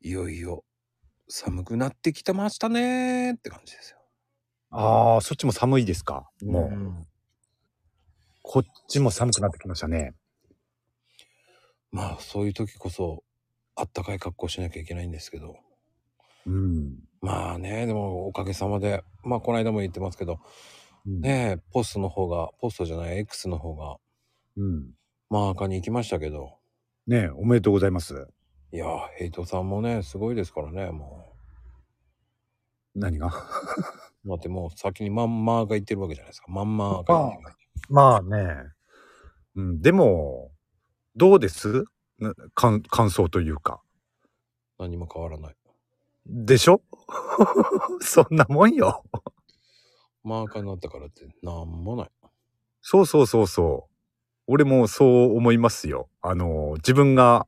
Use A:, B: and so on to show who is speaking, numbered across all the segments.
A: いよいよ寒くなってきてましたねって感じですよ。
B: ああ、そっちも寒いですか。もう、
A: ん
B: こっちも寒くなってきましたね。
A: まあそういう時こそあったかい格好しなきゃいけないんですけど
B: うん。
A: まあねでもおかげさまでまあこの間も言ってますけど
B: うん。
A: ねえポストの方がポストじゃない X の方が
B: うん、
A: マーカーに行きましたけど
B: ねえおめでとうございます。
A: いやーヘイトさんもねすごいですからねも
B: 何が
A: うだってもう先にまんまーが行ってるわけじゃないですかまんまー
B: あ
A: が
B: あまあね。うん、でも、どうですな感感想というか。
A: 何も変わらない
B: でしょ そんなもんよ。
A: マーカーになったからってなんもない
B: そうそうそうそう。俺もそう思いますよ。あの、自分が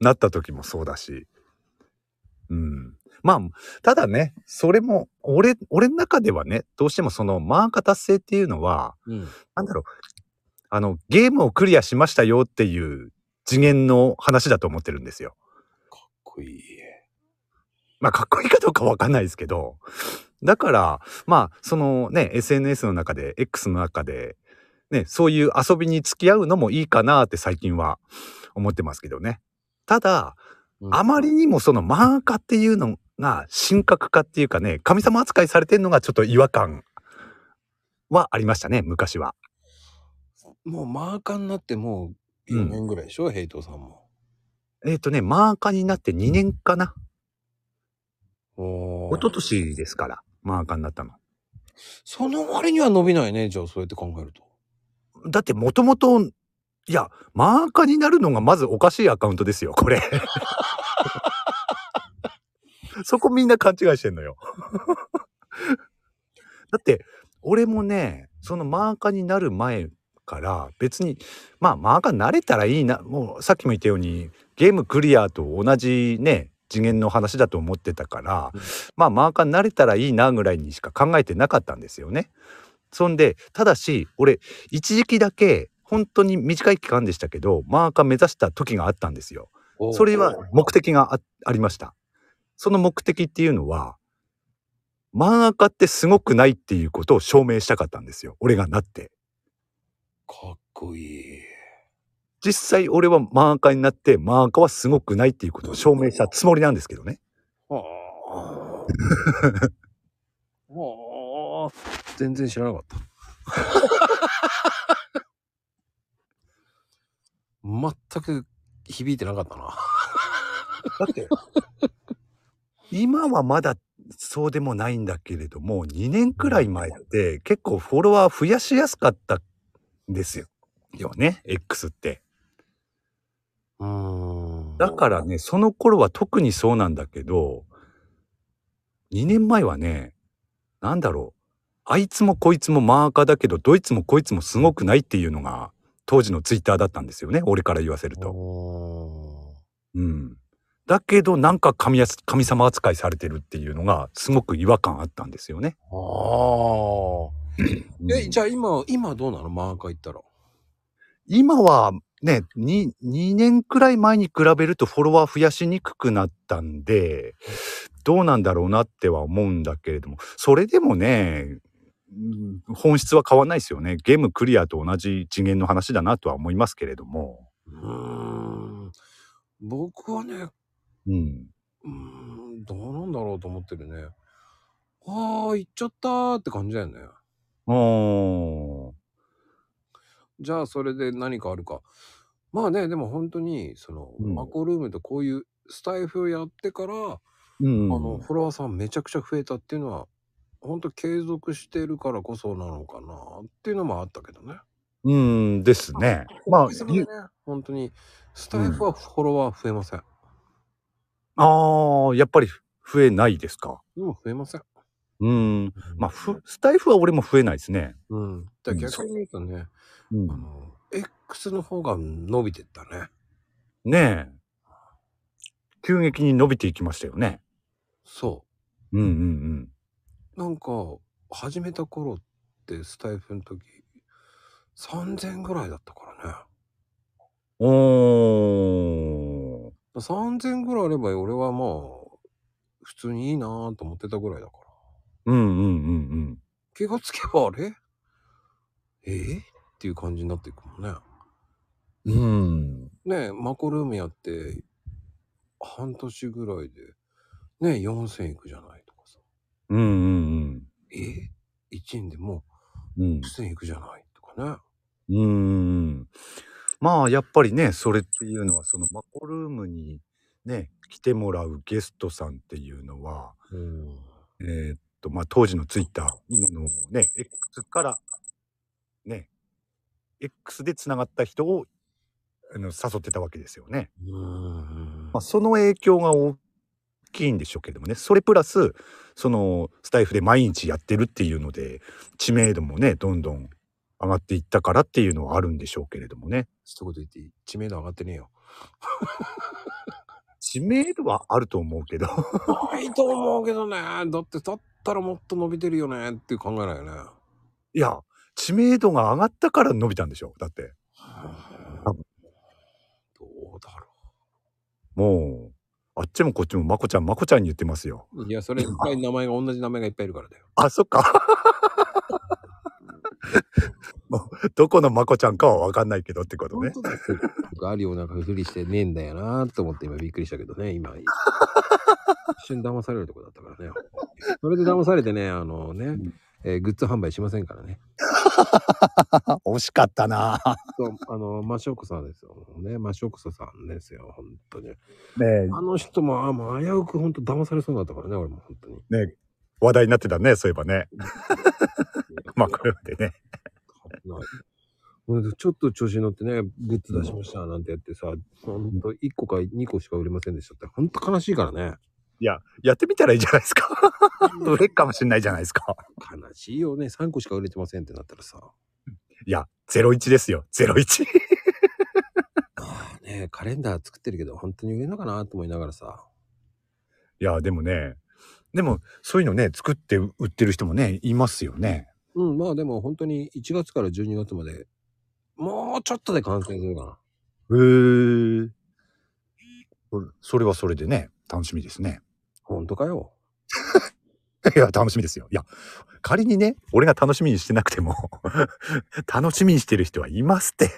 B: なった時もそうだし。うん。まあ、ただね、それも、俺、俺の中ではね、どうしてもそのマーカー達成っていうのは、
A: うん
B: なんだろう、あの、ゲームをクリアしましたよっていう次元の話だと思ってるんですよ。
A: かっこいい
B: まあ、かっこいいかどうかわかんないですけど。だから、まあ、そのね、SNS の中で、X の中で、ね、そういう遊びに付き合うのもいいかなって最近は思ってますけどね。ただ、
A: うん
B: あまりにもその漫画家っていうのが、神格化っていうかね、神様扱いされてるのがちょっと違和感はありましたね、昔は。
A: もうマーカーになってもう4年ぐらいでしょ、ヘイトさんも。
B: えっ、とね、漫画家になって2年かな。
A: お
B: 一昨年ですから、漫画家になったの。
A: その割には伸びないねじゃあそうやって考えると。
B: だってもともと、いや、マーカーになるのがまずおかしいアカウントですよ、これ。そこみんな勘違いしてんのよ。だって、俺もね、そのマーカーになる前から、別に、まあ、マーカー慣れたらいいな、もうさっきも言ったように、ゲームクリアと同じね、次元の話だと思ってたから、
A: うん
B: まあ、マーカー慣れたらいいなぐらいにしか考えてなかったんですよね。そんで、ただし、俺、一時期だけ本当に短い期間でしたけどマーカー目指した時があったんですよ。
A: おー
B: それは目的があありました。その目的っていうのはマーカーってすごくないっていうことを証明したかったんですよ。俺がなって。
A: かっこいい。
B: 実際俺はマーカーになってマーカーはすごくないっていうことを証明したつもりなんですけどね。
A: はあ。はあ。全然知らなかった。全く響いてなかったな。
B: だって今はまだそうでもないんだけれども2年くらい前って結構フォロワー増やしやすかったんですよ。よね X って。
A: うーん。
B: だからね、その頃は特にそうなんだけど、2年前はね、なんだろう。あいつもこいつもマーカーだけど、どいつもこいつもすごくないっていうのが、当時のツイッターだったんですよね。俺から言わせると。
A: と。
B: うん。だけど、なんか神やす神様扱いされてるっていうのが、すごく違和感あったんですよね。
A: ああ。え、じ
B: ゃ
A: ゃあ今、今どうなのマーカー行ったら。
B: 今はね、2、2年くらい前に比べるとフォロワー増やしにくくなったんで、どうなんだろうなっては思うんだけれども、それでもね、うん本質は変わらないですよね。ゲームクリアと同じ次元の話だなとは思いますけれども。
A: うーん。僕はね、
B: うん。
A: うーん、どうなんだろうと思ってるね。ああ、行っちゃったーって感じだよね。
B: おー
A: じゃあ、それで何かあるか。まあね、でも本当に、その、
B: うん
A: マコルームとこういうスタイフをやってから、あ
B: うん。
A: の、フォロワーさんめちゃくちゃ増えたっていうのは、本当継続してるからこそなのかなっていうのもあったけどね。
B: うんですね。まあ
A: おかげ、さまで
B: ゆ
A: ね、本当に、スタイフはフォロワー増えません。
B: ああ、やっぱり増えないですか。
A: でも増えません。
B: うん。まあ、ふスタイフは俺も増えないですね。
A: うん。だから逆に言うとね、
B: うん
A: あの、X の方が伸びてったね。
B: ねえ。急激に伸びていきましたよね。
A: そ
B: うんうん
A: う。なんか、始めた頃ってスタイフの時、3000ぐらいだったからね。
B: うん。おー。
A: 3000ぐらいあれば俺はまあ、普通にいいなぁと思ってたぐらいだから。
B: うんうんうん
A: 気がつけばあれえーっていう感じになっていくもんね。
B: うん。うん。
A: ねえ、マコルームやって、半年ぐらいで、ねえ、4000いくじゃないとかさ。
B: うんうん
A: えー、1円でも
B: うん。うん
A: う1000いくじゃないとかね。
B: うーん。まあやっぱりね、それっていうのはそのマコルームにね、来てもらうゲストさんっていうのは、
A: うん。
B: えーっと、まあ当時のツイッター、今のね、X からね、X でつながった人をあの誘ってたわけですよね。
A: うん。
B: まあその影響が大きいんでしょうけれどもね、それプラス、そのスタイフで毎日やってるっていうので、知名度もね、どんどん上がっていったからっていうのはあるんでしょうけれどもね。
A: 一言言っていい知名度上がってねえよ。
B: 知名度はあると思うけど
A: ないと思うけどね。だってだったらもっと伸びてるよねっていう考えないよね。
B: いや知名度が上がったから伸びたんでしょだって
A: どうだろ
B: もうあっちもこっちもまこちゃんまこちゃんに言ってますよ
A: う。いや、それいっぱい名前が、同じ名前がいっぱいいるから だよ。
B: あそっか もうどこのまこちゃんかは分かんないけどってことね
A: 当だよ。僕、ある ようなふりしてねえんだよなと思って今びっくりしたけど ね、今。一瞬騙されるとこだったからね。それで騙されてね、あのね、えーグッズ販売しませんからね。
B: あ惜しかったな
A: そうあの、マショクサですよ。ね、マショクサさんですよ、本当に。
B: ね
A: あの人も、あもう危うく本当騙されそうになったからね、俺も本当に。
B: えねえ話題になってたねそういえばね まあこれでね
A: 危ない。ほんでちょっと調子に乗ってね、グッズ出しましたなんてやってさ、ほんと1個か2個しか売れませんでしたって、ほんと悲しいからね。
B: いややってみたらいいじゃないですか売れっかもしんないじゃないですか
A: 悲しいよね。3個しか売れてませんってなったらさ。
B: いや01ですよ01
A: ああね、カレンダー作ってるけど、本当に売れるのかなと思いながらさ。
B: いや、でもね、でも、そういうのね、作って売ってる人もね、いますよね。
A: うん、まあでも本当に1月から12月まで、もうちょっとで完成するかな。
B: へえ。それはそれでね、楽しみですね。
A: ほんとかよ。
B: いや、楽しみですよ。いや、仮にね、俺が楽しみにしてなくても、 楽しみにしてる人はいますって。い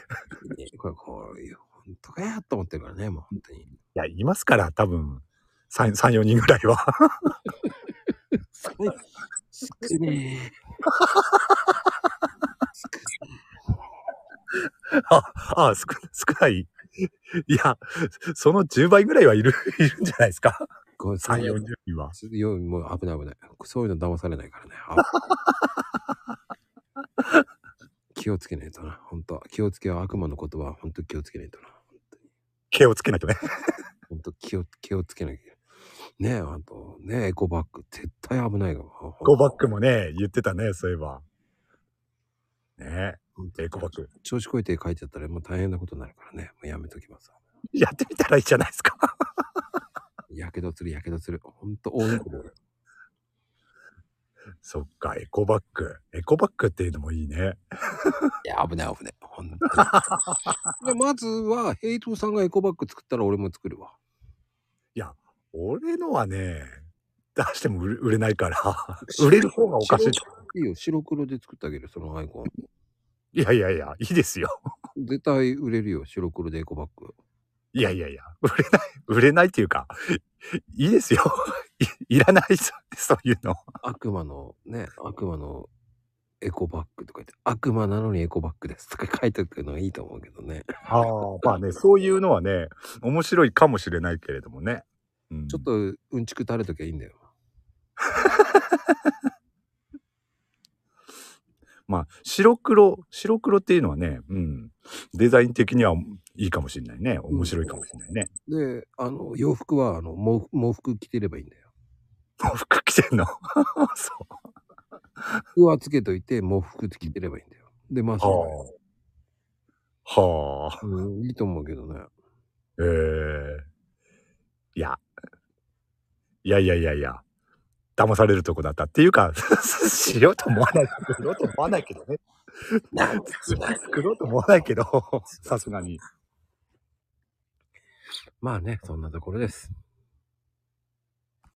A: ねこれ、こういう、ほんとかよと思ってるからね、もう本当に。
B: や、いますから、多分、3、3 4人ぐらいは。
A: 少ねえ。
B: ああ、少、少 ない。いや、その10倍ぐらいはいる、 いるんじゃないですか。
A: これ
B: 3、40人は。
A: すよもう危ない危ない。そういうの騙されないからね。 あ気をつけないとな。本当気をつけよう。悪魔の言葉は本当気をつけないとな。
B: 気をつけないとね。
A: 本当気を気をつけなきゃいけない。ねえ、あと、ねえ、エコバッグ。絶対危ないから。
B: ゴバックもね、言ってたね、そういえば。ね
A: グ
B: え、エコバック。
A: 調子こいて書いちゃったらもう大変なことになるからね。もうやめときます。
B: やってみたらいいじゃないですか。
A: やけどする、やけどする。本当大事
B: そっか、エコバック。エコバックっていうのもいいね。
A: いや、危ない危ない。本 当にでまずは、ヘイトさんがエコバッグ作ったら俺も作るわ。
B: 俺のはね、出しても売れ売れないから、売れる方がお かしい。
A: いいよ、白黒で作ってあげる、そのアイコン。
B: いやいやいや、いいですよ。
A: 絶対売れるよ、白黒でエコバッグ。
B: いやいやいや、売れない、売れないっていうか、いいですよ。 いいらない、そそういうの。
A: 悪魔の、ね、悪魔のエコバッグとか言って、悪魔なのにエコバッグですとか書いておくのがいいと思うけどね。
B: ああ、まあね、そういうのはね、面白いかもしれないけれどもね。うん
A: ちょっとうんちく垂れときゃいいんだよ。
B: まあ、白黒、白黒っていうのはね、うん、デザイン的にはいいかもしれないね。面白いかもしれないね。
A: で、あの、洋服は、あの、毛毛服着てればいいんだよ。
B: もう服着てんの そう。
A: 服はつけといて、毛服着てればいいんだよ。で、まあ、
B: はあ。はあ。
A: うん、いいと思うけどね。
B: ええいや。いやいやいやいや。騙されるとこだったっていう か、しようと思わない。 しようと思わないけ どね。作ろうと思わないけど、さすがに。
A: まあね、そんなところです。